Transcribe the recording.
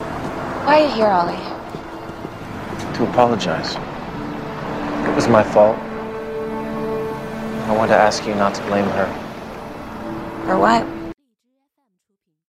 Why are you here, Ollie? To apologize. It was my fault. I wanted to ask you not to blame her. For what?